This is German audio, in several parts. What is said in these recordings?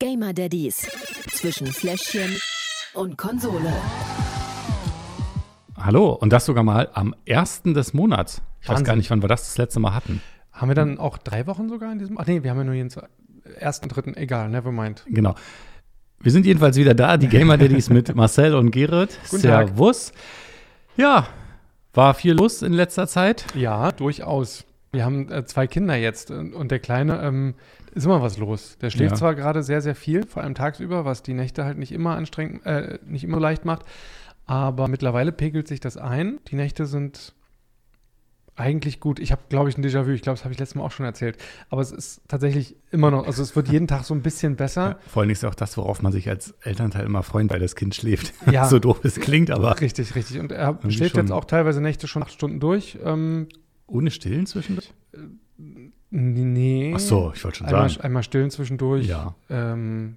Gamer Daddies zwischen Fläschchen und Konsole. Hallo, und das sogar mal am ersten des Monats. Ich weiß Wahnsinn. gar nicht, wann wir das das letzte Mal hatten. Haben wir dann auch drei Wochen sogar in diesem? Ach nee, wir haben ja nur jeden Z- ersten, dritten, egal, never mind. Genau. Wir sind jedenfalls wieder da, die Gamer Daddies mit Marcel und Gerrit. Guten Tag. Servus. Ja, war viel los in letzter Zeit. Ja, durchaus. Wir haben äh, zwei Kinder jetzt äh, und der Kleine ähm, ist immer was los. Der schläft Ja. zwar gerade sehr, sehr viel, vor allem tagsüber, was die Nächte halt nicht immer anstrengend, äh, nicht immer leicht macht, aber mittlerweile pegelt sich das ein. Die Nächte sind eigentlich gut. Ich habe, glaube ich, ein Déjà-vu. Ich glaube, das habe ich letztes Mal auch schon erzählt. Aber es ist tatsächlich immer noch, also es wird jeden Tag so ein bisschen besser. Vor allen Dingen ist auch das, worauf man sich als Elternteil immer freut, weil das Kind schläft. Ja. so doof es klingt, aber Richtig, richtig. Und er schläft schon. jetzt auch teilweise Nächte schon acht Stunden durch. Ähm, ohne Stillen zwischendurch. nee. Ach so, ich wollte schon Einmal, sagen. einmal stillen zwischendurch. Ja. Ähm,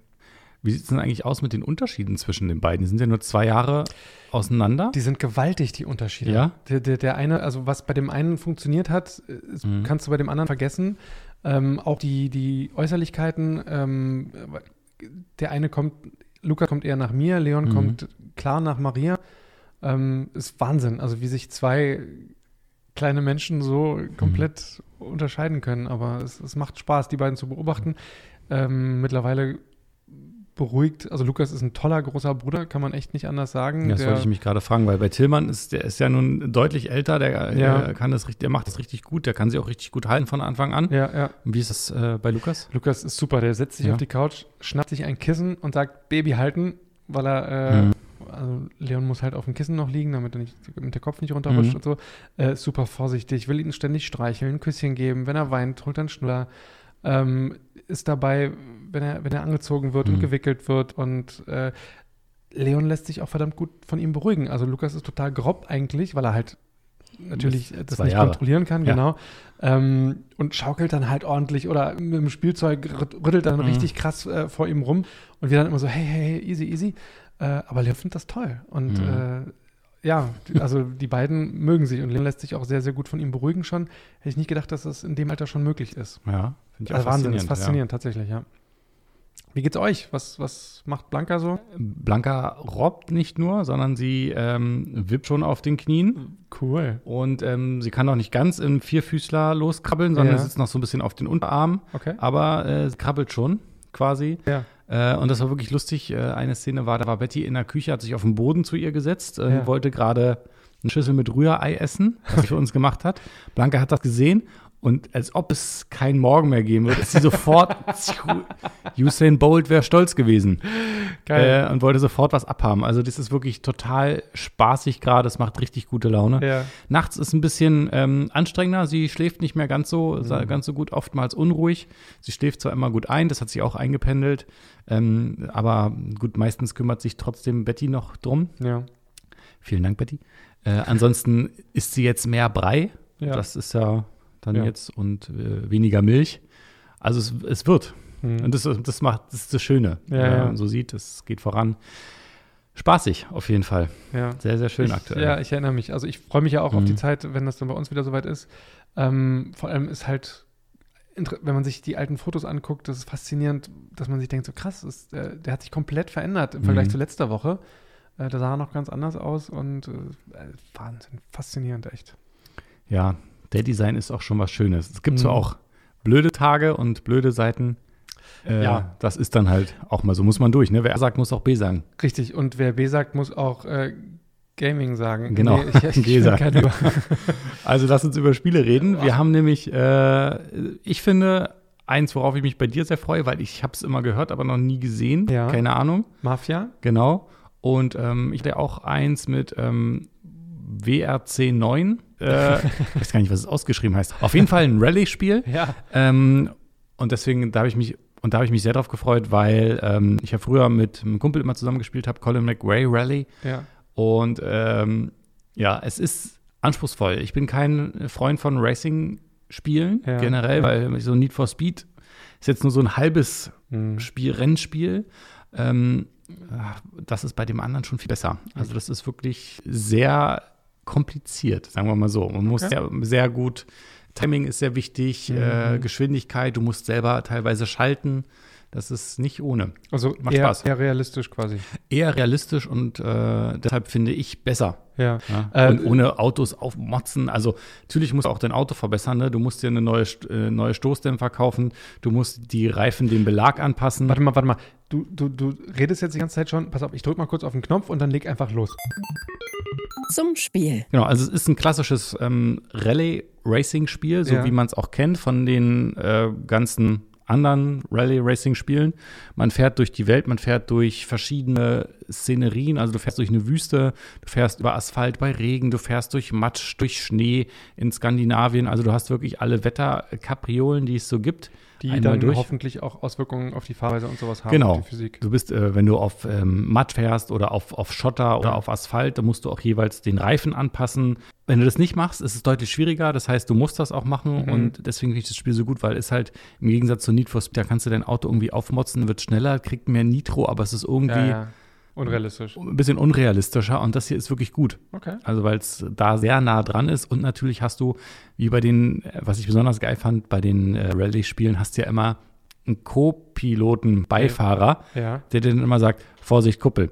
Wie sieht es denn eigentlich aus mit den Unterschieden zwischen den beiden? Die sind ja nur zwei Jahre auseinander. die sind gewaltig, die Unterschiede. Ja? Der, der, der eine, also was bei dem einen funktioniert hat, ist, Mhm. kannst du bei dem anderen vergessen. Ähm, auch die, die Äußerlichkeiten, ähm, der eine kommt, Luca kommt eher nach mir, Leon Mhm. kommt klar nach Maria. Ähm, ist Wahnsinn, also wie sich zwei kleine Menschen so komplett unterscheiden können. Aber es, es macht Spaß, die beiden zu beobachten. Ähm, mittlerweile beruhigt, also Lukas ist ein toller großer Bruder, kann man echt nicht anders sagen. Ja, das Der- wollte ich mich gerade fragen, weil bei Tillmann ist der ist ja nun deutlich älter, der, Ja. der kann das richtig, der macht das richtig gut, der kann sie auch richtig gut halten von Anfang an. ja, ja. Und Wie ist das äh, bei Lukas? Lukas ist super, der setzt sich Ja. auf die Couch, schnappt sich ein Kissen und sagt, Baby halten, weil er, äh, Mhm. also Leon muss halt auf dem Kissen noch liegen, damit er nicht, damit der Kopf nicht runterrutscht Mhm. und so. Äh, ist super vorsichtig, will ihn ständig streicheln, Küsschen geben, wenn er weint, holt er einen Schnuller. Ähm, ist dabei, wenn er, wenn er angezogen wird und Mhm. gewickelt wird und äh, Leon lässt sich auch verdammt gut von ihm beruhigen. Also Lukas ist total grob eigentlich, weil er halt natürlich äh, das zwei nicht Jahre. kontrollieren kann, Ja. genau. Ähm, und schaukelt dann halt ordentlich oder mit dem Spielzeug rü- rüttelt dann Mhm. richtig krass äh, vor ihm rum. Und wir dann immer so, hey, hey, hey, easy, easy. Äh, aber Leon findet das toll. Und Mhm. äh, ja, die- also die beiden mögen sich und Leon lässt sich auch sehr, sehr gut von ihm beruhigen schon. Hätte ich nicht gedacht, dass das in dem Alter schon möglich ist. Ja, finde Also Wahnsinn, ist faszinierend, tatsächlich, ja. Wie geht's euch? Was, was macht Blanca so? Ja. Blanca robbt nicht nur, sondern sie ähm, wippt schon auf den Knien Cool. und ähm, sie kann auch nicht ganz im Vierfüßler loskrabbeln, sondern Ja. sitzt noch so ein bisschen auf den Unterarm, Okay. aber äh, sie krabbelt schon quasi. Ja. Äh, und das war wirklich lustig. Äh, eine Szene war, da war Betty in der Küche, hat sich auf den Boden zu ihr gesetzt und Ja. wollte gerade eine Schüssel mit Rührei essen, was sie für uns gemacht hat. Blanca hat das gesehen und als ob es keinen Morgen mehr geben wird, ist sie sofort Usain Bolt wäre stolz gewesen Geil. äh, und wollte sofort was abhaben. Also das ist wirklich total spaßig gerade, es macht richtig gute Laune. ja. Nachts ist ein bisschen ähm, anstrengender. Sie schläft nicht mehr ganz so, sa- Mhm. ganz so gut, oftmals unruhig. Sie schläft zwar immer gut ein, das hat sie auch eingependelt. Ähm, aber gut, meistens kümmert sich trotzdem Betty noch drum. Ja. Vielen Dank, Betty. Äh, ansonsten isst sie jetzt mehr Brei. Ja. Das ist ja dann Ja. jetzt und äh, weniger Milch. Also es, es wird. Mhm. Und das, das macht das ist das Schöne. Ja, Wenn ja. man So sieht, es geht voran. Spaßig auf jeden Fall. ja. Sehr, sehr schön ich, aktuell. ne? Ja, ich erinnere mich. Also ich freue mich ja auch auf Mhm. die Zeit, wenn das dann bei uns wieder soweit ist. Ähm, vor allem ist halt, inter- wenn man sich die alten Fotos anguckt, das ist faszinierend, dass man sich denkt, so krass, ist, äh, der hat sich komplett verändert im Mhm. Vergleich zu letzter Woche. Äh, da sah er noch ganz anders aus und äh, äh, Wahnsinn, faszinierend, echt. Ja, Daddy sein ist auch schon was Schönes. Es gibt Mhm. zwar auch blöde Tage und blöde Seiten. Äh, Ja. ja, das ist dann halt auch mal so, muss man durch. Ne? Wer A sagt, muss auch B sagen. Richtig, und wer B sagt, muss auch äh, Gaming sagen. Genau, Nee, ich, ich, G bin sagt. kein Über- Also lass uns über Spiele reden. Wir haben nämlich, äh, ich finde, eins, worauf ich mich bei dir sehr freue, weil ich habe es immer gehört, aber noch nie gesehen. Ja. Keine Ahnung. Mafia? Genau. Und ähm, ich hatte auch eins mit ähm, WRC9. Äh, ich weiß gar nicht, was es ausgeschrieben heißt. Auf jeden Fall ein Rallye-Spiel. Ja. Ähm, und deswegen, da habe ich mich, und da habe ich mich sehr drauf gefreut, weil ähm, ich ja früher mit einem Kumpel immer zusammengespielt habe, Colin McRae Rally. Ja. Und ähm, ja, es ist anspruchsvoll. Ich bin kein Freund von Racing-Spielen Ja. generell, weil so Need for Speed ist jetzt nur so ein halbes Mhm. Spiel, Rennspiel. Ähm, ach, das ist bei dem anderen schon viel besser. Also, das ist wirklich sehr kompliziert, sagen wir mal so. Man muss Okay. Mhm. sehr, sehr gut, Timing ist sehr wichtig, äh, Geschwindigkeit, du musst selber teilweise schalten. Das ist nicht ohne. Also Macht eher, Spaß. eher realistisch quasi. Eher realistisch und äh, deshalb finde ich besser. Ja. Ja? Äh, und ohne Autos aufmotzen. Also natürlich musst du auch dein Auto verbessern. Ne? Du musst dir eine neue, St- äh, neue Stoßdämpfer kaufen. Du musst die Reifen den Belag anpassen. Warte mal, warte mal. Du, du, du redest jetzt die ganze Zeit schon. Pass auf, ich drück mal kurz auf den Knopf und dann leg einfach los. Zum Spiel. Genau, also es ist ein klassisches ähm, Rallye-Racing-Spiel, so Ja. wie man es auch kennt von den äh, ganzen anderen Rallye-Racing-Spielen. Man fährt durch die Welt, man fährt durch verschiedene Szenerien, also du fährst durch eine Wüste, du fährst über Asphalt bei Regen, du fährst durch Matsch, durch Schnee in Skandinavien, also du hast wirklich alle Wetterkapriolen, die es so gibt. Die einmal dann hoffentlich auch Auswirkungen auf die Fahrweise und sowas haben. Genau. Auf die Physik. Du bist, äh, wenn du auf ähm, Matsch fährst oder auf, auf Schotter oder auf Asphalt, dann musst du auch jeweils den Reifen anpassen. Wenn du das nicht machst, ist es deutlich schwieriger. Das heißt, du musst das auch machen Mhm. und deswegen finde ich das Spiel so gut, weil es halt im Gegensatz zu Need for Speed, da kannst du dein Auto irgendwie aufmotzen, wird schneller, kriegt mehr Nitro, aber es ist irgendwie Ja, ja. Unrealistisch. ein bisschen unrealistischer und das hier ist wirklich gut. Okay. Also weil es da sehr nah dran ist und natürlich hast du, wie bei den, äh, was ich besonders geil fand, bei den äh, Rallye-Spielen hast du ja immer einen Co-Piloten, Beifahrer, Ja. der dir dann immer sagt, Vorsicht, Kuppel.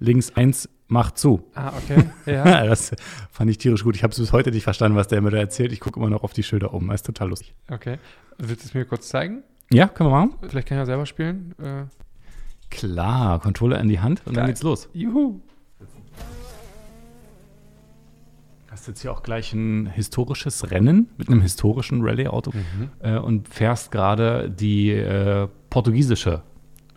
Links eins, mach zu. Ah, okay. Ja. Das fand ich tierisch gut. Ich habe bis heute nicht verstanden, was der mir da erzählt. Ich gucke immer noch auf die Schilder oben. Das ist total lustig. Okay. Willst du es mir kurz zeigen? Ja, können wir machen? Vielleicht kann ich ja selber spielen. Äh, Klar, Controller in die Hand und Geil. dann geht's los. juhu. Hast jetzt hier auch gleich ein historisches Rennen mit einem historischen Rallye-Auto äh, und fährst gerade die äh, portugiesische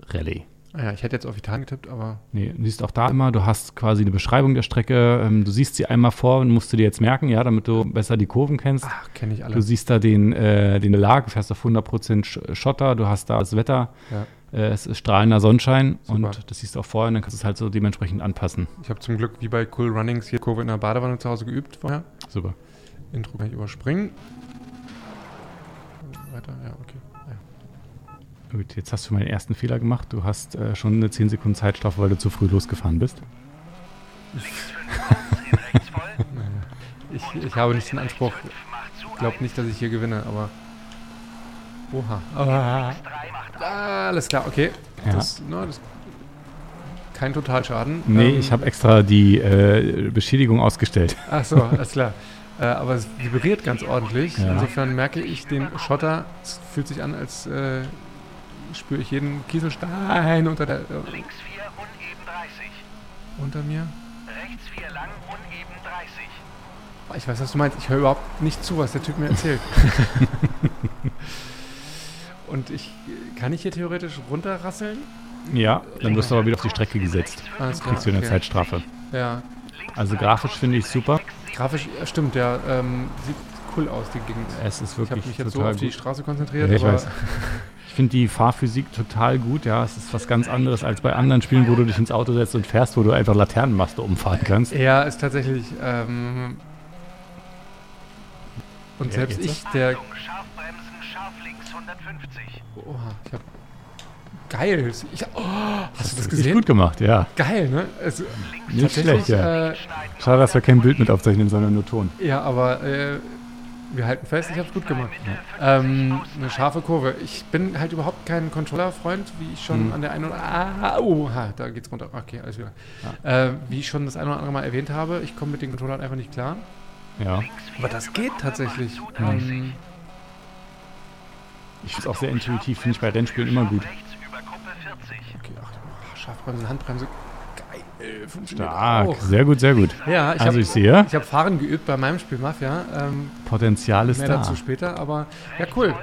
Rallye. Ah, ja, ich hätte jetzt auf Italien getippt, aber Nee, du siehst auch da immer, du hast quasi eine Beschreibung der Strecke, ähm, du siehst sie einmal vor und musst du dir jetzt merken, ja, damit du besser die Kurven kennst. ach, kenne ich alle. Du siehst da den, äh, den Belag, fährst auf 100% Sch- Schotter, du hast da das Wetter, Ja. äh, es ist strahlender Sonnenschein Super. und das siehst du auch vorher und dann kannst du es halt so dementsprechend anpassen. Ich habe zum Glück wie bei Cool Runnings hier Kurve in der Badewanne zu Hause geübt vorher. Super. Intro kann ich überspringen. Weiter, ja, okay. Ja. Gut, jetzt hast du meinen ersten Fehler gemacht. Du hast äh, schon eine 10 Sekunden Zeitstrafe, weil du zu früh losgefahren bist. Ich, ich habe nicht den Anspruch, glaube nicht, dass ich hier gewinne, aber. Oha. Ah, alles klar, okay. Ja. Das, na, das, kein Totalschaden. Nee, Ähm, ich habe extra die äh, Beschädigung ausgestellt. Ach so, alles klar. Äh, aber es vibriert ganz ordentlich. Ja. Insofern merke ich den Schotter. Es fühlt sich an, als äh, spüre ich jeden Kieselstein unter, der, äh, Links 4 uneben 30. unter mir. Rechts 4 lang uneben 30. Oh, Ich weiß, was du meinst. Ich höre überhaupt nicht zu, was der Typ mir erzählt. Und ich kann ich hier theoretisch runterrasseln? Ja, dann wirst du aber wieder auf die Strecke gesetzt. Alles klar. Kriegst du eine Zeitstrafe. Ja, Also grafisch finde ich super. grafisch äh, stimmt. Ja, ähm, sieht cool aus die Gegend. Es ist Ich habe wirklich mich jetzt so total auf die gut. Straße Ja, konzentriert. ich aber weiß. Ich finde die Fahrphysik total gut, ja. Es ist was ganz anderes als bei anderen Spielen, wo du dich ins Auto setzt und fährst, wo du einfach Laternenmaste umfahren kannst. Ja, ist tatsächlich. Ähm, und Ja, selbst ich, geht's der. Achtung, scharf bremsen, scharf links 150. Oha, ich hab. Geil! Ich, oh, hast du das Ist gesehen? gut gemacht, ja. Geil, ne? Also, Nicht schlecht, ja. äh, Schade, dass wir kein Bild mit aufzeichnen, sondern nur Ton. ja, aber äh, wir halten fest, ich hab's gut gemacht. Ähm, eine scharfe Kurve. Ich bin halt überhaupt kein Controller-Freund, wie ich schon Mhm. an der einen oder ah, oha, da geht's runter. Okay, alles wieder. Äh, wie ich schon das eine oder andere Mal erwähnt habe, ich komme mit den Controllern einfach nicht klar. Ja. Aber das geht tatsächlich. Ähm, Ich finde es auch sehr intuitiv, finde ich bei Rennspielen immer gut. Rechts über Gruppe 40. Okay, ach, ach, Scharfbremse, Handbremse. Geil, äh, funktioniert Stark, auch. sehr gut, sehr gut. Ja, Oh. ich Also habe ich sehe, ich hab Fahren geübt bei meinem Spiel Mafia. Ähm, Potenzial ist mehr da. dazu später, aber ja, cool.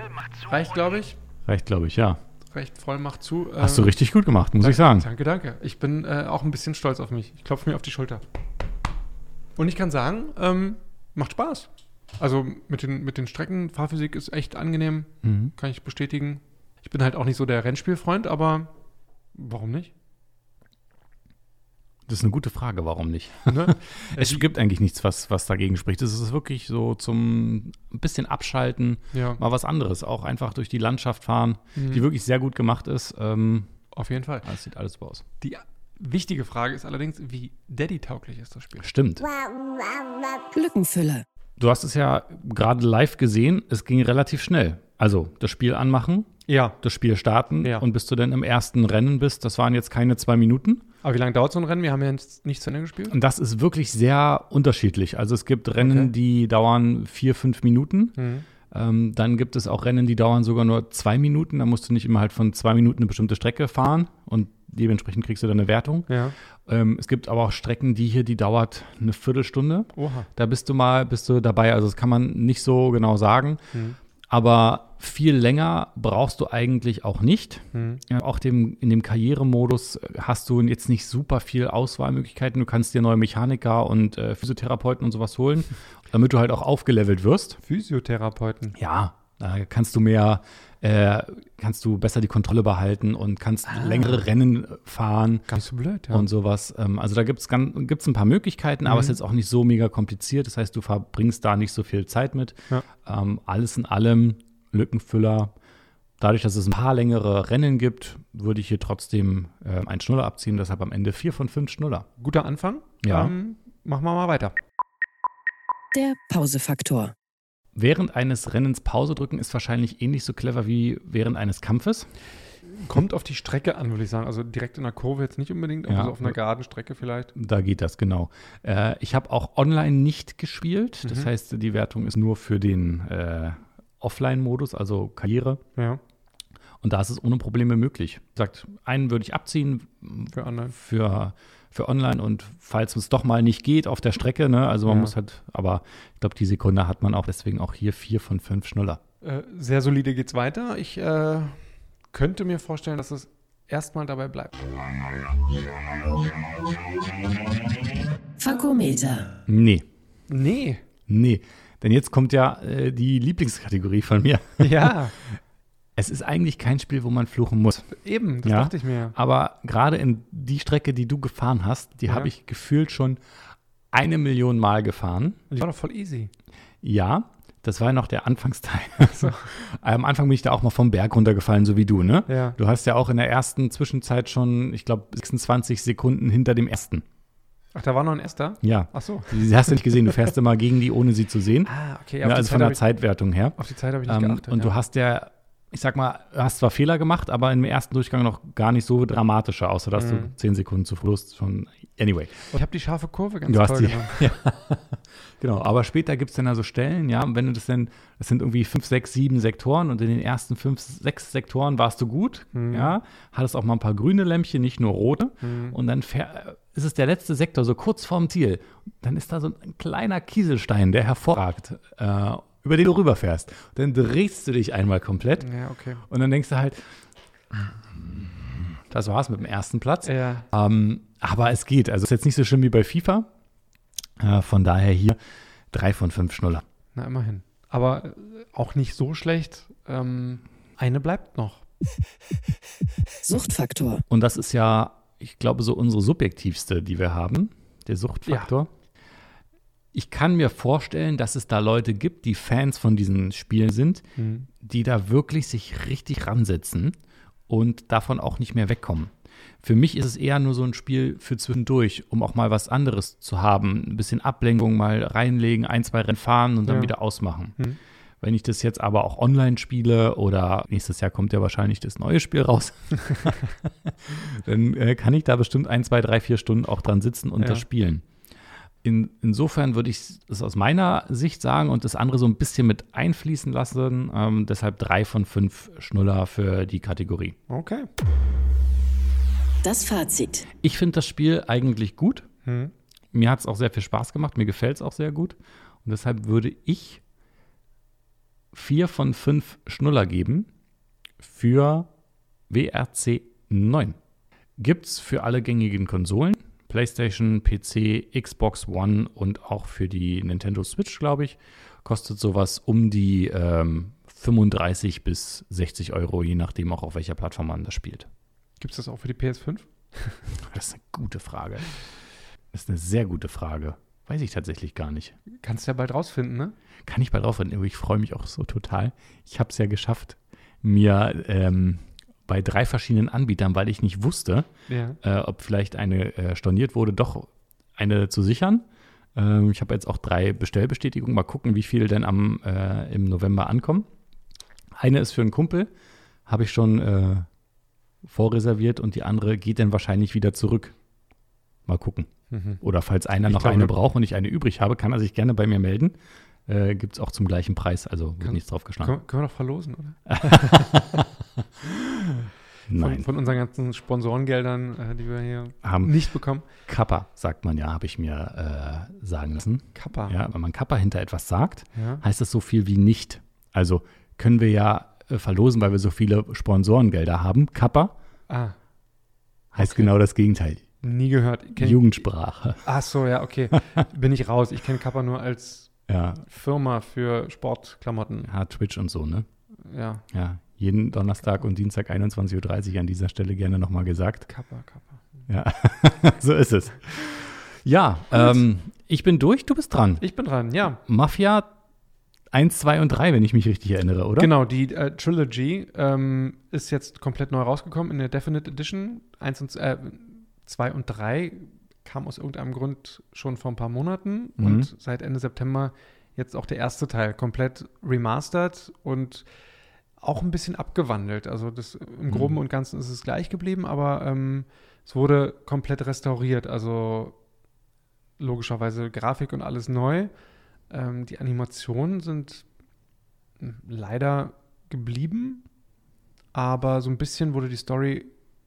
Reicht, glaube ich. Reicht, glaube ich, ja. Recht voll macht zu. Hast du Ähm, richtig gut gemacht, muss ich sagen. Danke, danke. Ich bin äh, auch ein bisschen stolz auf mich. Ich klopfe mir auf die Schulter. Und ich kann sagen, ähm, macht Spaß. Also mit den, mit den Strecken, Fahrphysik ist echt angenehm, Mhm. kann ich bestätigen. Ich bin halt auch nicht so der Rennspielfreund, aber warum nicht? Das ist eine gute Frage, warum nicht? Ne? Es gibt eigentlich nichts, was, was dagegen spricht. Es ist wirklich so zum ein bisschen abschalten, ja, Mhm. mal was anderes. Auch einfach durch die Landschaft fahren, die wirklich sehr gut gemacht ist. Ähm, auf jeden Fall. es sieht alles super aus. Die wichtige Frage ist allerdings, wie daddy-tauglich ist das Spiel? Stimmt. Lückenfüller. Du hast es ja gerade live gesehen. Es ging relativ schnell. Also das Spiel anmachen, Ja. das Spiel starten Ja. und bis du dann im ersten Rennen bist, das waren jetzt keine zwei Minuten. Aber wie lange dauert so ein Rennen? Wir haben ja jetzt nicht zu Ende gespielt. Und das ist wirklich sehr unterschiedlich. Also es gibt Rennen, Okay. die dauern vier, fünf Minuten. Mhm. Ähm, dann gibt es auch Rennen, die dauern sogar nur zwei Minuten. Da musst du nicht immer halt von zwei Minuten eine bestimmte Strecke fahren und dementsprechend kriegst du dann eine Wertung. Ja. Ähm, es gibt aber auch Strecken, die hier, die dauert eine Viertelstunde. Oha. Da bist du mal, bist du dabei. Also das kann man nicht so genau sagen. Aber viel länger brauchst du eigentlich auch nicht. Ja, Auch dem, in dem Karrieremodus äh, hast du jetzt nicht super viel Auswahlmöglichkeiten. Du kannst dir neue Mechaniker und äh, Physiotherapeuten und sowas holen, damit du halt auch aufgelevelt wirst. Physiotherapeuten. Ja, da kannst du mehr, äh, kannst du besser die Kontrolle behalten und kannst längere Rennen fahren Ganz so blöd, ja. Mhm. und sowas. Ähm, also da gibt es gibt's ein paar Möglichkeiten, aber es ist jetzt auch nicht so mega kompliziert. Das heißt, du verbringst da nicht so viel Zeit mit. Ja. Ähm, alles in allem, Lückenfüller. Dadurch, dass es ein paar längere Rennen gibt, würde ich hier trotzdem äh, einen Schnuller abziehen. Deshalb am Ende vier von fünf Schnuller. Guter Anfang. Ja. Ähm, machen wir mal weiter. Der Pausefaktor. Während eines Rennens Pause drücken ist wahrscheinlich ähnlich so clever wie während eines Kampfes. Kommt auf die Strecke an, würde ich sagen. Also direkt in der Kurve jetzt nicht unbedingt, aber Ja. so auf einer geraden Strecke vielleicht. Da geht das, genau. Äh, ich habe auch online nicht gespielt. Mhm. Das heißt, die Wertung ist nur für den äh, Offline-Modus, also Karriere. Ja. Und da ist es ohne Probleme möglich. Wie Gesagt, einen würde ich abziehen Für andere. für, für online und falls es doch mal nicht geht auf der Strecke, ne, also man Ja. muss halt, aber ich glaube, die Sekunde hat man auch, deswegen auch hier vier von fünf Schnuller. Äh, sehr solide geht's weiter. Ich äh, könnte mir vorstellen, dass es erstmal dabei bleibt. Fakometer. Nee, Nee. nee. Denn jetzt kommt ja äh, die Lieblingskategorie von mir. Ja, Es ist eigentlich kein Spiel, wo man fluchen muss. eben. Das Ja. dachte ich mir. Aber gerade in die Strecke, die du gefahren hast, die Ja. habe ich gefühlt schon eine Million Mal gefahren. Die war doch voll easy. Ja, das war ja noch der Anfangsteil. Also, Am Anfang bin ich da auch mal vom Berg runtergefallen, so wie du, ne? Ja. Du hast ja auch in der ersten Zwischenzeit schon, ich glaube, 26 Sekunden hinter dem ersten. Ach, da war noch ein Esther? Ja. Ach so. Die hast du nicht gesehen, du fährst immer gegen die, ohne sie zu sehen. Ah, okay. Ja, auf die also von der hab ich- Zeitwertung her. Auf die Zeit habe ich nicht Ähm, geachtet. und ja. du hast ja, ich sag mal, hast zwar Fehler gemacht, aber im ersten Durchgang noch gar nicht so dramatische, außer dass Mhm. du 10 Sekunden zu Verlust schon. Anyway. ich habe die scharfe Kurve ganz Du hast toll die- genommen. Genau, aber später gibt es dann also Stellen, ja, und wenn du das dann, das sind irgendwie fünf, sechs, sieben Sektoren und in den ersten fünf, sechs Sektoren warst du gut, Mhm. ja, hattest auch mal ein paar grüne Lämpchen, nicht nur rote, und dann fähr- ist es der letzte Sektor, so kurz vorm Ziel, dann ist da so ein kleiner Kieselstein, der hervorragt, äh, über den du rüberfährst. Dann drehst du dich einmal komplett Ja, okay. und dann denkst du halt, das war's mit dem ersten Platz. Ja. Ähm, aber es geht. Also ist jetzt nicht so schlimm wie bei FIFA. Äh, von daher hier drei von fünf Schnuller. Na, immerhin. Aber äh, auch nicht so schlecht. Ähm, eine bleibt noch. Suchtfaktor. Und das ist ja, ich glaube, so unsere subjektivste, die wir haben, der Suchtfaktor. Ich kann mir vorstellen, dass es da Leute gibt, die Fans von diesen Spielen sind, die da wirklich sich richtig ransetzen und davon auch nicht mehr wegkommen. Für mich ist es eher nur so ein Spiel für zwischendurch, um auch mal was anderes zu haben. Ein bisschen Ablenkung mal reinlegen, ein, zwei Rennen fahren und dann Ja. wieder ausmachen. Mhm. Wenn ich das jetzt aber auch online spiele oder nächstes Jahr kommt ja wahrscheinlich das neue Spiel raus, dann äh, kann ich da bestimmt ein, zwei, drei, vier Stunden auch dran sitzen und Ja. das spielen. In, insofern würde ich es aus meiner Sicht sagen und das andere so ein bisschen mit einfließen lassen. Ähm, deshalb drei von fünf Schnuller für die Kategorie. Okay. Das Fazit. Ich finde das Spiel eigentlich gut. Hm. Mir hat es auch sehr viel Spaß gemacht. Mir gefällt es auch sehr gut. Und deshalb würde ich vier von fünf Schnuller geben für WRC 9. Gibt es für alle gängigen Konsolen. PlayStation, PC, Xbox One und auch für die Nintendo Switch, glaube ich, kostet sowas um die ähm, 35 bis 60 Euro, je nachdem auch auf welcher Plattform man das spielt. Gibt es das auch für die PS5? Das ist eine gute Frage. Das ist eine sehr gute Frage. Weiß ich tatsächlich gar nicht. Kannst du ja bald rausfinden, ne? Kann ich bald drauf reden. Ich freue mich auch so total. Ich habe es ja geschafft, mir ähm, bei drei verschiedenen Anbietern, weil ich nicht wusste, Ja. äh, ob vielleicht eine äh, storniert wurde, doch eine zu sichern. Ähm, ich habe jetzt auch drei Bestellbestätigungen. Mal gucken, wie viele denn am, äh, im November ankommen. Eine ist für einen Kumpel, habe ich schon äh, vorreserviert und die andere geht dann wahrscheinlich wieder zurück. Mal gucken. Mhm. Oder falls einer Ich noch glaube- eine braucht und ich eine übrig habe, kann er sich gerne bei mir melden. Äh, Gibt es auch zum gleichen Preis, also wird Kann- nichts drauf geschlagen. Können, können wir doch verlosen, oder? Von, Nein, von unseren ganzen Sponsorengeldern, äh, die wir hier haben nicht bekommen. Kappa, sagt man ja, habe ich mir äh, sagen lassen. Kappa. Ja, wenn man Kappa hinter etwas sagt, Ja. heißt das so viel wie nicht. Also können wir ja äh, verlosen, weil wir so viele Sponsorengelder haben. Kappa Ah, heißt genau das Gegenteil. nie gehört. Kenn Jugendsprache. Ach so, ja, okay. Bin ich raus. Ich kenne Kappa nur als Ja, Firma für Sportklamotten. ja, Twitch und so, ne? Ja, Ja, jeden Donnerstag und Dienstag 21.30 Uhr an dieser Stelle gerne nochmal gesagt. Kappa, Kappa. Ja, so ist es. Ja, ähm, ich bin durch, du bist dran. Ich bin dran, ja. Mafia 1, 2 und 3, wenn ich mich richtig erinnere, oder? Genau, die äh, Trilogy ähm, ist jetzt komplett neu rausgekommen in der Definite Edition. Eins und, z- äh, zwei und drei kam aus irgendeinem Grund schon vor ein paar Monaten Mhm. und seit Ende September jetzt auch der erste Teil komplett remastert und auch ein bisschen abgewandelt. Also das Mhm. im Groben und Ganzen ist es gleich geblieben, aber ähm, es wurde komplett restauriert. Also logischerweise Grafik und alles neu. Ähm, die Animationen sind leider geblieben, aber so ein bisschen wurde die Story,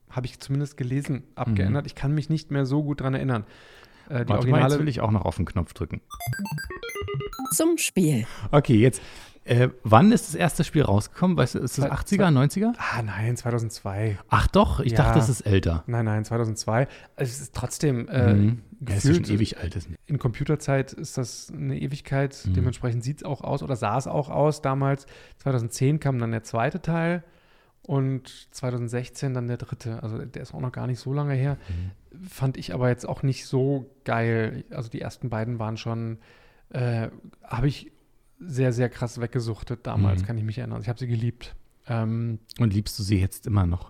habe ich zumindest gelesen, abgeändert. Ich kann mich nicht mehr so gut dran erinnern. Mhm. Äh, die Warte mal, Originale jetzt will ich auch noch auf den Knopf drücken. Zum Spiel. Okay, jetzt. Äh, wann ist das erste Spiel rausgekommen? Weißt du, ist das Zwei- 80er, 90er? Ah, nein, 2002. Ach doch, ich Ja. dachte, es ist älter. Nein, nein, 2002. Also es ist trotzdem äh, Mhm. Ja, das ist schon gefühlt- ewig alt. Ist. in Computerzeit ist das eine Ewigkeit. Mhm. Dementsprechend sieht es auch aus oder sah es auch aus damals. 2010 kam dann der zweite Teil und 2016 dann der dritte. Also der ist auch noch gar nicht so lange her. Mhm. Fand ich aber jetzt auch nicht so geil. Also die ersten beiden waren schon, äh, habe ich sehr, sehr krass weggesuchtet damals, Mhm. kann ich mich erinnern. Also Ich habe sie geliebt. Ähm, Und liebst du sie jetzt immer noch?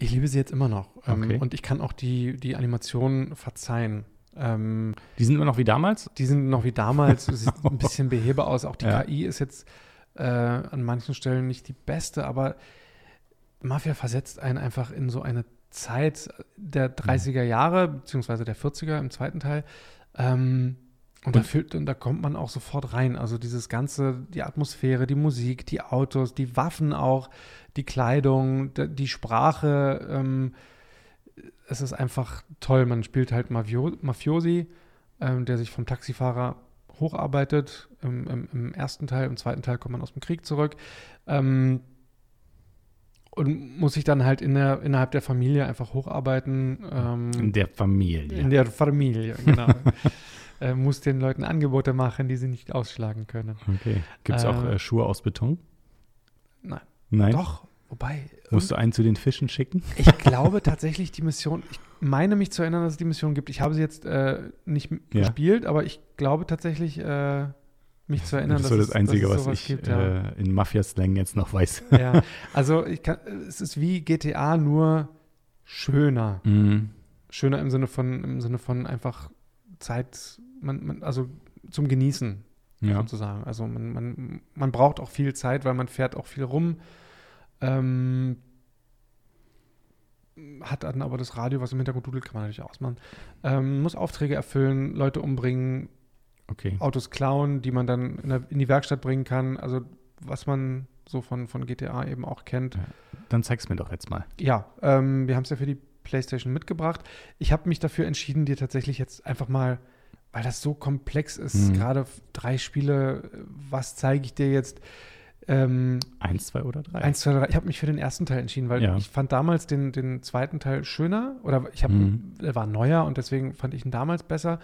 ich liebe sie jetzt immer noch. Ähm, Okay. Und ich kann auch die, die Animationen verzeihen. Ähm, Die sind immer noch wie damals? die sind noch wie damals, es sieht ein bisschen behebe aus. Auch die Ja. KI ist jetzt äh, an manchen Stellen nicht die beste, aber Mafia versetzt einen einfach in so eine Zeit der 30er Jahre, beziehungsweise der 40er im zweiten Teil. Ähm, und, da fühlt, und da kommt man auch sofort rein. Also dieses Ganze, die Atmosphäre, die Musik, die Autos, die Waffen auch, die Kleidung, d- die Sprache. Ähm, es ist einfach toll. Man spielt halt Mafio Mafiosi, ähm, der sich vom Taxifahrer hocharbeitet. Im, im, Im ersten Teil, im zweiten Teil kommt man aus dem Krieg zurück. Ähm, und muss sich dann halt in der, innerhalb der Familie einfach hocharbeiten. Ähm, In der Familie. in der Familie, genau. äh, muss den Leuten Angebote machen, die sie nicht ausschlagen können. okay. Gibt es auch Äh, äh, Schuhe aus Beton? Nein. Nein. Doch, wobei, Musst du einen zu den Fischen schicken? ich glaube tatsächlich, die Mission, ich meine mich zu erinnern, dass es die Mission gibt. Ich habe sie jetzt äh, nicht m- Ja. gespielt, aber ich glaube tatsächlich, äh, mich zu erinnern, das dass, war es, das Einzige, dass es was sowas ich gibt. ja. äh, in Mafia-Slang jetzt noch weiß. ja. Also ich kann, es ist wie GTA, nur schöner. Mhm. Schöner im Sinne von, im Sinne von einfach Zeit, man, man, also zum Genießen. Ja. sozusagen. Also man, man, man braucht auch viel Zeit, weil man fährt auch viel rum. Ähm, hat dann aber das Radio, was im Hintergrund dudelt, kann man natürlich ausmachen. Ähm, muss Aufträge erfüllen, Leute umbringen, Okay. Autos klauen, die man dann in, der, in die Werkstatt bringen kann. Also was man so von, von GTA eben auch kennt. Dann zeig's mir doch jetzt mal. Ja, ähm, wir haben es ja für die PlayStation mitgebracht. Ich habe mich dafür entschieden, dir tatsächlich jetzt einfach mal, weil das so komplex ist, Mhm. gerade f- drei Spiele, äh, was zeige ich dir jetzt? Ähm, Eins, zwei oder drei? eins, zwei, drei. Ich habe mich für den ersten Teil entschieden, weil Ja. ich fand damals den, den zweiten Teil schöner oder ich habe, Mhm. er war neuer und deswegen fand ich ihn damals besser,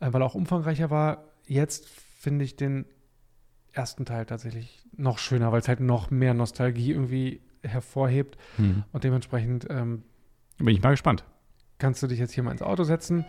äh, weil er auch umfangreicher war. Jetzt finde ich den ersten Teil tatsächlich noch schöner, weil es halt noch mehr Nostalgie irgendwie hervorhebt Mhm. und dementsprechend ähm, Bin ich mal gespannt. kannst du dich jetzt hier mal ins Auto setzen.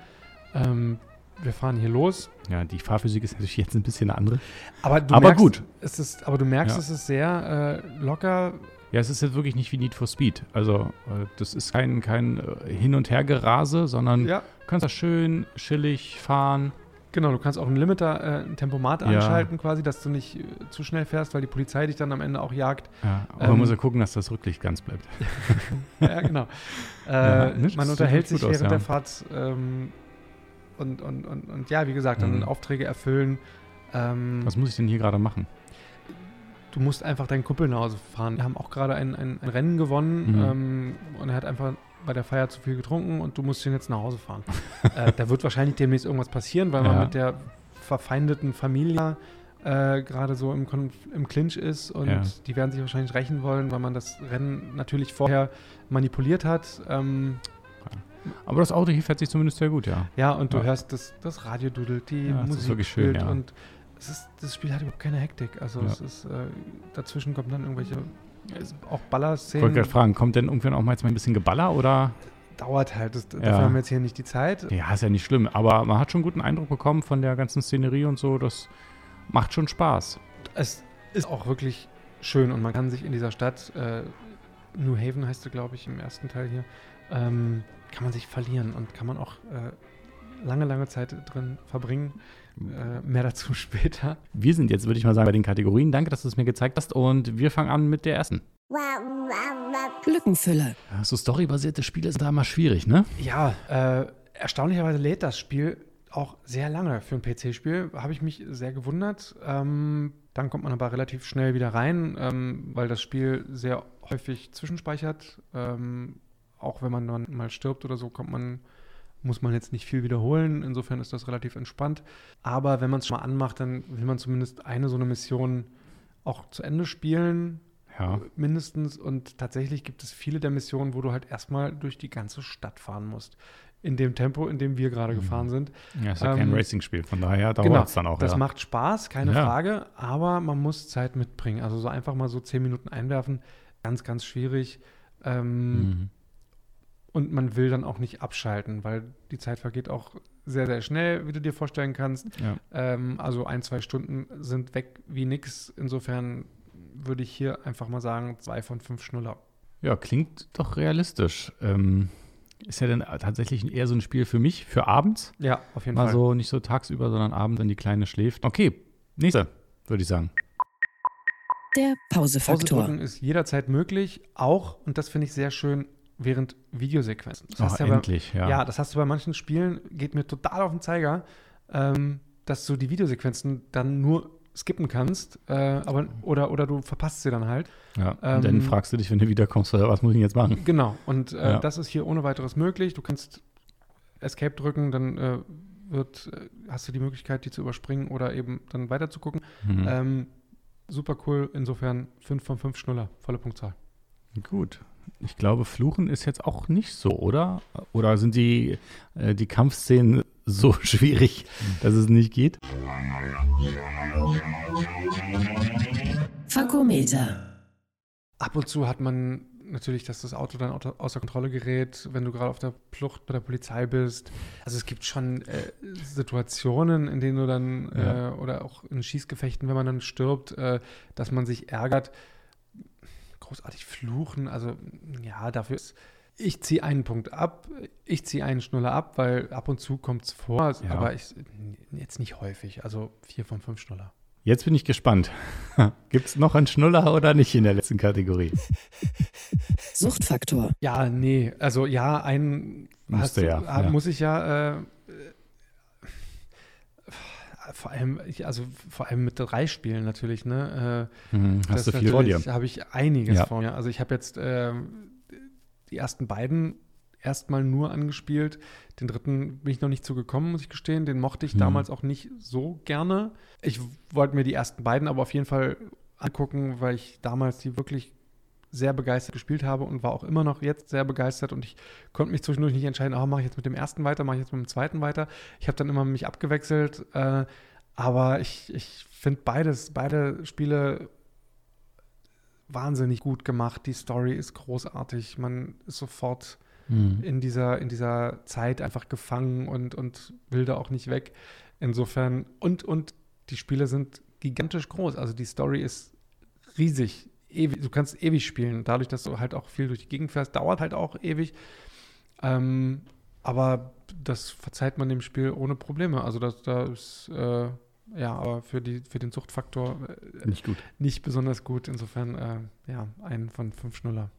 Ähm, wir fahren hier los. Ja, die Fahrphysik ist natürlich jetzt ein bisschen eine andere. Aber, du Aber merkst, gut. Es ist, aber du merkst, Ja. es ist sehr äh, locker. Ja, es ist jetzt wirklich nicht wie Need for Speed. Also, äh, das ist kein, kein äh, Hin- und Hergerase, sondern Ja, du kannst da schön chillig fahren. Genau, du kannst auch einen Limiter, äh, ein Tempomat Ja. anschalten quasi, dass du nicht äh, zu schnell fährst, weil die Polizei dich dann am Ende auch jagt. Ja, aber man Ähm, muss ja gucken, dass das Rücklicht ganz bleibt. ja, genau. Äh, Ja, ne, das man sieht unterhält ganz sich gut aus, während ja. der Fahrt ähm, und, und, und, und ja, wie gesagt, dann Mhm. Aufträge erfüllen. Ähm, Was muss ich denn hier gerade machen? du musst einfach deinen Kumpel nach Hause fahren. Wir haben auch gerade ein, ein, ein Rennen gewonnen Mhm. ähm, und er hat einfach bei der Feier zu viel getrunken und du musst ihn jetzt nach Hause fahren. äh, da wird wahrscheinlich demnächst irgendwas passieren, weil man Ja. mit der verfeindeten Familie äh, gerade so im, Konf im Clinch ist und Ja. die werden sich wahrscheinlich rächen wollen, weil man das Rennen natürlich vorher manipuliert hat. Ähm, Aber das Auto hier fährt sich zumindest sehr gut, ja. ja, und du Ja. hörst das, das Radio dudelt, die Ja, das ist Musik wirklich schön, spielt ja. und es ist, das Spiel hat überhaupt keine Hektik. Also Ja. es ist, äh, dazwischen kommen dann irgendwelche Ich auch wollte Ballerszenen. gerade fragen, kommt denn irgendwann auch mal jetzt mal ein bisschen Geballer oder? Dauert halt, das, Ja. dafür haben wir jetzt hier nicht die Zeit. Ja, ist ja nicht schlimm, aber man hat schon guten Eindruck bekommen von der ganzen Szenerie und so. Das macht schon Spaß. Es ist auch wirklich schön und man kann sich in dieser Stadt, äh, New Haven heißt sie, glaube ich, im ersten Teil hier, ähm, kann man sich verlieren und kann man auch äh, lange, lange Zeit drin verbringen. Mhm. Äh, mehr dazu später. Wir sind jetzt, würde ich mal sagen, bei den Kategorien. Danke, dass du es mir gezeigt hast und wir fangen an mit der ersten. Lückenfüller, Ja, So storybasierte Spiele sind da immer schwierig, ne? Ja, äh, erstaunlicherweise lädt das Spiel auch sehr lange für ein PC-Spiel. Habe ich mich sehr gewundert. Ähm, dann kommt man aber relativ schnell wieder rein, ähm, weil das Spiel sehr häufig zwischenspeichert. Ähm, auch wenn man dann mal stirbt oder so, kommt man, muss man jetzt nicht viel wiederholen. Insofern ist das relativ entspannt. Aber wenn man es schon mal anmacht, dann will man zumindest eine so eine Mission auch zu Ende spielen Ja. mindestens. Und tatsächlich gibt es viele der Missionen, wo du halt erstmal durch die ganze Stadt fahren musst. In dem Tempo, in dem wir gerade gefahren sind. Ja, ist ja Ähm, kein Racing-Spiel, von daher dauert es Mhm. dann auch. das ja. macht Spaß, keine Ja. Frage, aber man muss Zeit mitbringen. Also so einfach mal so zehn Minuten einwerfen, ganz, ganz schwierig. Ähm, mhm. Und man will dann auch nicht abschalten, weil die Zeit vergeht auch sehr, sehr schnell, wie du dir vorstellen kannst. Ja. Ähm, also ein, zwei Stunden sind weg wie nix. Insofern würde ich hier einfach mal sagen, zwei von fünf Schnuller. ja, klingt doch realistisch. Ähm, ist ja dann tatsächlich eher so ein Spiel für mich, für abends. Ja, auf jeden Mal Fall. so nicht so tagsüber, sondern abends, wenn die Kleine schläft. Okay, nächste, würde ich sagen. der Pausefaktor. Pause drücken ist jederzeit möglich, auch, und das finde ich sehr schön, während Videosequenzen. Das Ach, hast du ja bei, Oh, endlich, ja. ja. das hast du bei manchen Spielen, geht mir total auf den Zeiger, ähm, dass du die Videosequenzen dann nur skippen kannst, äh, aber, oder, oder du verpasst sie dann halt. Ja, Ähm, und dann fragst du dich, wenn du wiederkommst, was muss ich denn jetzt machen? Genau, und äh, Ja. das ist hier ohne weiteres möglich. Du kannst Escape drücken, dann äh, wird, äh, hast du die Möglichkeit, die zu überspringen oder eben dann weiterzugucken. Hm. Ähm, super cool, insofern 5 von 5 Schnuller, volle Punktzahl. Gut. Ich glaube, Fluchen ist jetzt auch nicht so, oder? Oder sind die, äh, die Kampfszenen so schwierig, Hm. dass es nicht geht? Fakometer, Ab und zu hat man natürlich, dass das Auto dann auto- außer Kontrolle gerät, wenn du gerade auf der Flucht bei der Polizei bist. Also es gibt schon äh, Situationen, in denen du dann Ja. äh, oder auch in Schießgefechten, wenn man dann stirbt, äh, dass man sich ärgert. Großartig fluchen, also ja, dafür ist. Ich ziehe einen Punkt ab, ich ziehe einen Schnuller ab, weil ab und zu kommt es vor, Ja. aber ich, jetzt nicht häufig. Also vier von fünf Schnuller. Jetzt bin ich gespannt. Gibt es noch einen Schnuller oder nicht in der letzten Kategorie? Suchtfaktor, Ja, nee, also ja, einen Musste hast du- ja, ah, ja. muss ich ja äh, äh, vor allem ich, also vor allem mit drei Spielen natürlich, ne? Äh, Hm, hast du viel vor dir? habe ich einiges Ja. vor mir. Also ich habe jetzt ähm, die ersten beiden erstmal nur angespielt. Den dritten bin ich noch nicht zugekommen, muss ich gestehen. Den mochte ich Hm. damals auch nicht so gerne. Ich wollte mir die ersten beiden aber auf jeden Fall angucken, weil ich damals die wirklich sehr begeistert gespielt habe und war auch immer noch jetzt sehr begeistert und ich konnte mich zwischendurch nicht entscheiden, oh, mache ich jetzt mit dem ersten weiter, mache ich jetzt mit dem zweiten weiter. Ich habe dann immer mich abgewechselt, äh, aber ich, ich finde beides, beide Spiele wahnsinnig gut gemacht. Die Story ist großartig, man ist sofort Hm. in dieser, in dieser Zeit einfach gefangen und, und will da auch nicht weg. Insofern, und, und die Spiele sind gigantisch groß. Also die Story ist riesig. Ewig, du kannst ewig spielen. Dadurch, dass du halt auch viel durch die Gegend fährst, dauert halt auch ewig. Ähm, Aber das verzeiht man dem Spiel ohne Probleme. Also das, da ist, äh, ja, aber für, die, für den Zuchtfaktor äh, Nicht gut. nicht besonders gut. Insofern, äh, ja, ein von fünf Schnuller.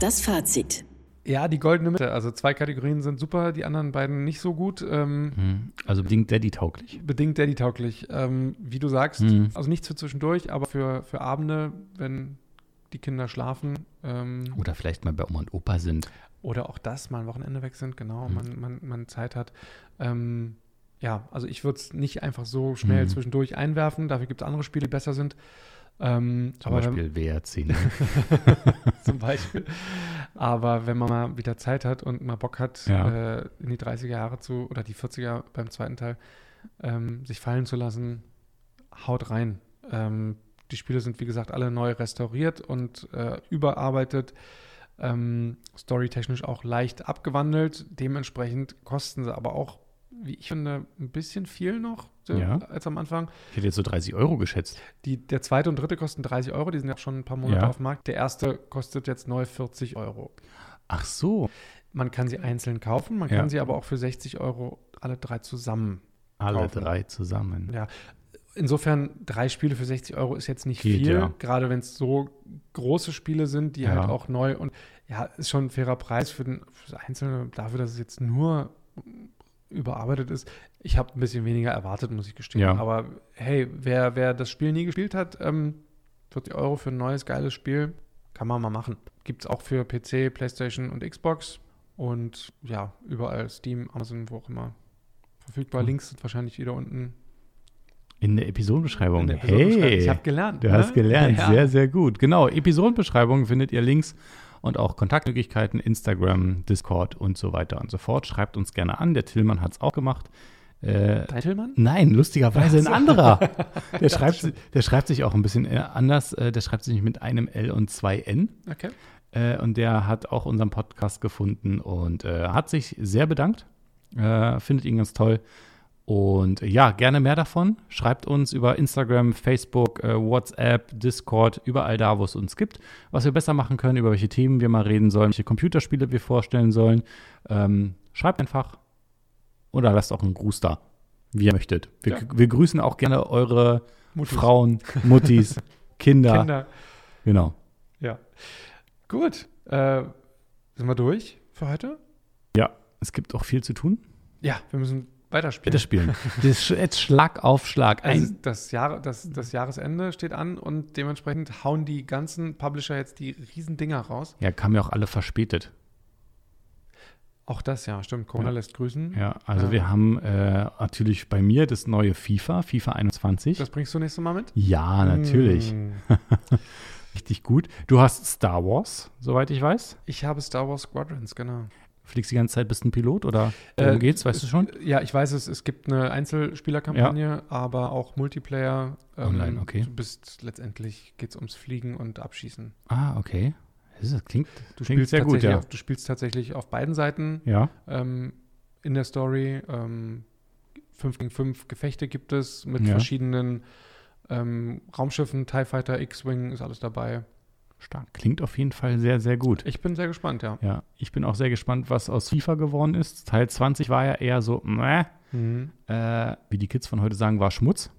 Das Fazit. Ja, die goldene Mitte. Also zwei Kategorien sind super, die anderen beiden nicht so gut. Ähm, Hm. Also bedingt Daddy-tauglich. Bedingt Daddy-tauglich. Ähm, wie du sagst, Mhm. also nichts für zwischendurch, aber für, für Abende, wenn die Kinder schlafen ähm, Oder vielleicht mal bei Oma und Opa sind. oder auch das mal ein Wochenende weg sind, genau, Mhm. man, man, man Zeit hat. Ähm, ja, also ich würde es nicht einfach so schnell Mhm. zwischendurch einwerfen. Dafür gibt es andere Spiele, die besser sind. Ähm, Zum aber wenn- Beispiel WRC. Ne? zum Beispiel. Aber wenn man mal wieder Zeit hat und mal Bock hat, Ja. äh, in die 30er Jahre zu oder die 40er beim zweiten Teil ähm, sich fallen zu lassen, haut rein. Ähm, die Spiele sind, wie gesagt, alle neu restauriert und äh, überarbeitet. Ähm, storytechnisch auch leicht abgewandelt. Dementsprechend kosten sie aber auch, wie ich finde, ein bisschen viel noch äh, Ja. als am Anfang. Ich hätte jetzt so 30 Euro geschätzt. Die, der zweite und dritte kosten 30 Euro, die sind ja auch schon ein paar Monate Ja. auf dem Markt. Der erste kostet jetzt neu 40 Euro. Ach so. Man kann sie einzeln kaufen, man Ja. kann sie aber auch für 60 Euro alle drei zusammen. Alle Kaufen. drei zusammen. Ja. Insofern, drei Spiele für 60 Euro ist jetzt nicht Geht, viel, ja. gerade wenn es so große Spiele sind, die Ja. halt auch neu und ja, ist schon ein fairer Preis für den fürs Einzelne, dafür, dass es jetzt nur überarbeitet ist. Ich habe ein bisschen weniger erwartet, muss ich gestehen. Ja. Aber hey, wer, wer das Spiel nie gespielt hat, ähm, 40 Euro für ein neues, geiles Spiel, kann man mal machen. Gibt es auch für PC, Playstation und Xbox und ja, überall Steam, Amazon, wo auch immer verfügbar. Links sind wahrscheinlich wieder unten In der Episodenbeschreibung. in der Episodenbeschreibung. hey. Ich habe gelernt. Du ne? hast gelernt, Ja. sehr, sehr gut. Genau, Episodenbeschreibung findet ihr Links und auch Kontaktmöglichkeiten, Instagram, Discord und so weiter und so fort. Schreibt uns gerne an, der Tillmann hat es auch gemacht. Äh, Dein Tillmann? nein, lustigerweise ein anderer. Der schreibt, si- der schreibt sich auch ein bisschen äh, anders, äh, der schreibt sich nicht mit einem L und zwei N. Okay. Äh, und der hat auch unseren Podcast gefunden und äh, hat sich sehr bedankt. Äh, findet ihn ganz toll. Und äh, ja, gerne mehr davon. Schreibt uns über Instagram, Facebook, äh, WhatsApp, Discord, überall da, wo es uns gibt, was wir besser machen können, über welche Themen wir mal reden sollen, welche Computerspiele wir vorstellen sollen. Ähm, schreibt einfach oder lasst auch einen Gruß da, wie ihr möchtet. Wir, Ja. wir grüßen auch gerne eure Muttis. Frauen, Muttis, Kinder. Kinder. Genau. Ja. Gut. Äh, sind wir durch für heute? Ja, es gibt auch viel zu tun. Ja, wir müssen weiterspielen. Bitte spielen. Das sch jetzt Schlag auf Schlag. Ein, Also das, Jahr, das, das Jahresende steht an und dementsprechend hauen die ganzen Publisher jetzt die Riesendinger raus. ja, kamen ja auch alle verspätet. Auch das, ja, stimmt. Corona Ja. lässt grüßen. Ja, also Ja. wir haben äh, natürlich bei mir das neue FIFA, FIFA 21. Das bringst du nächstes Mal mit? ja, natürlich. Hm. Richtig gut. Du hast Star Wars, soweit ich weiß. Ich habe Star Wars Squadrons, genau. Fliegst die ganze Zeit, bist ein Pilot oder worum Äh, geht's, weißt du schon? Ja, ich weiß es, es gibt eine Einzelspielerkampagne, aber auch Multiplayer. ähm, Online, okay. Du bist letztendlich geht's ums Fliegen und Abschießen. Ah, okay. Das ist- klingt, Du klingt sehr gut, tatsächlich ja. auf, du spielst tatsächlich auf beiden Seiten Ja, ähm, in der Story. Ähm, 5 gegen 5 Gefechte gibt es mit Ja. verschiedenen ähm, Raumschiffen, TIE Fighter, X-Wing ist alles dabei. stark. Klingt auf jeden Fall sehr, sehr gut. Ich bin sehr gespannt, ja. Ja, ich bin auch sehr gespannt, was aus FIFA geworden ist. Teil 20 war ja eher so, meh, Mhm. äh, wie die Kids von heute sagen, war Schmutz.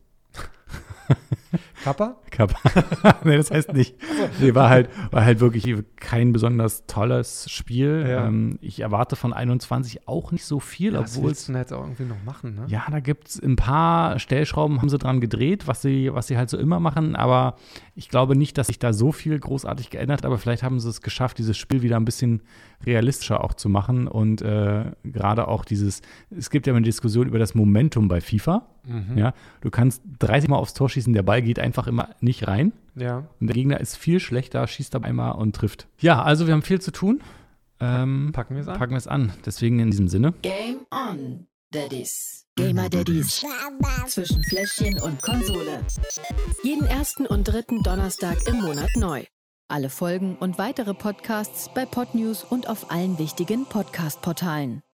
Kappa? Cup. nee, das heißt nicht. Nee, war halt, war halt wirklich kein besonders tolles Spiel. Ja. Ähm, ich erwarte von 21 auch nicht so viel, Das obwohl willst es. du denn jetzt auch irgendwie noch machen, ne? Ja, da gibt es ein paar Stellschrauben, haben sie dran gedreht, was sie, was sie halt so immer machen, aber ich glaube nicht, dass sich da so viel großartig geändert hat, aber vielleicht haben sie es geschafft, dieses Spiel wieder ein bisschen realistischer auch zu machen und äh, gerade auch dieses, es gibt ja immer eine Diskussion über das Momentum bei FIFA, Mhm. ja, du kannst 30 Mal aufs Tor schießen, der Ball geht einfach immer nicht rein. ja. Und der Gegner ist viel schlechter, schießt aber einmal und trifft. Ja, also wir haben viel zu tun. Ähm, Packen wir es an. packen wir es an. Deswegen in diesem Sinne. Game on, Daddies. Gamer Daddies. Zwischen Fläschchen und Konsole. Jeden ersten und dritten Donnerstag im Monat neu. Alle Folgen und weitere Podcasts bei Podnews und auf allen wichtigen Podcast-Portalen.